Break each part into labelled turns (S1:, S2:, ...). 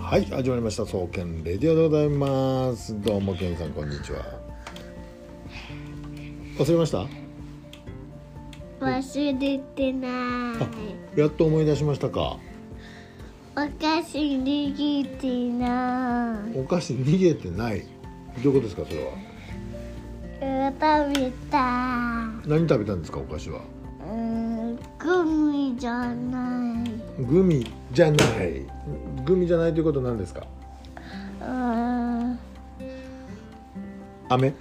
S1: はい始まりました「総研レディオ」でございますどうもけんさんこんにちは忘れました
S2: 忘れてない
S1: やっと思い出しましたか
S2: お菓子握ってな
S1: お菓子逃げてないどういうことですかそれはい
S2: 食べた
S1: 何食べたんですかお菓子は
S2: うんグミじゃない
S1: グミじゃないグミじゃないということは何ですか
S2: うん
S1: 飴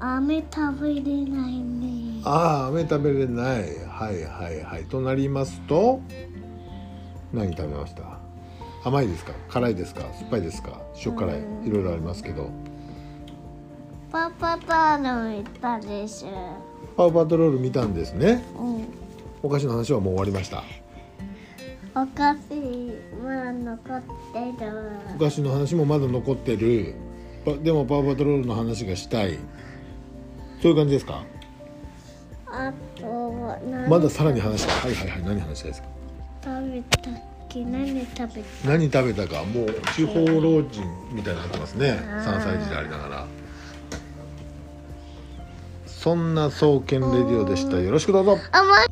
S2: 飴食べれないね
S1: ああ飴食べれないはいはいはいとなりますと何食べました甘いですか辛いですか酸っぱいですか塩辛いいろいろありますけど
S2: パパパの言ったでし
S1: パウパトロール見たんですね
S2: ょ、うん、
S1: お菓子の話はもう終わりました
S2: お菓子は残ってる
S1: お菓子の話もまだ残ってるパでもパウパトロールの話がしたいそういう感じですか
S2: あとは何
S1: まださらに話したはいはいはい何話したいですか
S2: 食べたっけ何食べ
S1: 何食べたかもう地方老人みたいになってますね3歳児でありながらそんな「創建レディオ」でしたよろしくどうぞ
S2: たあま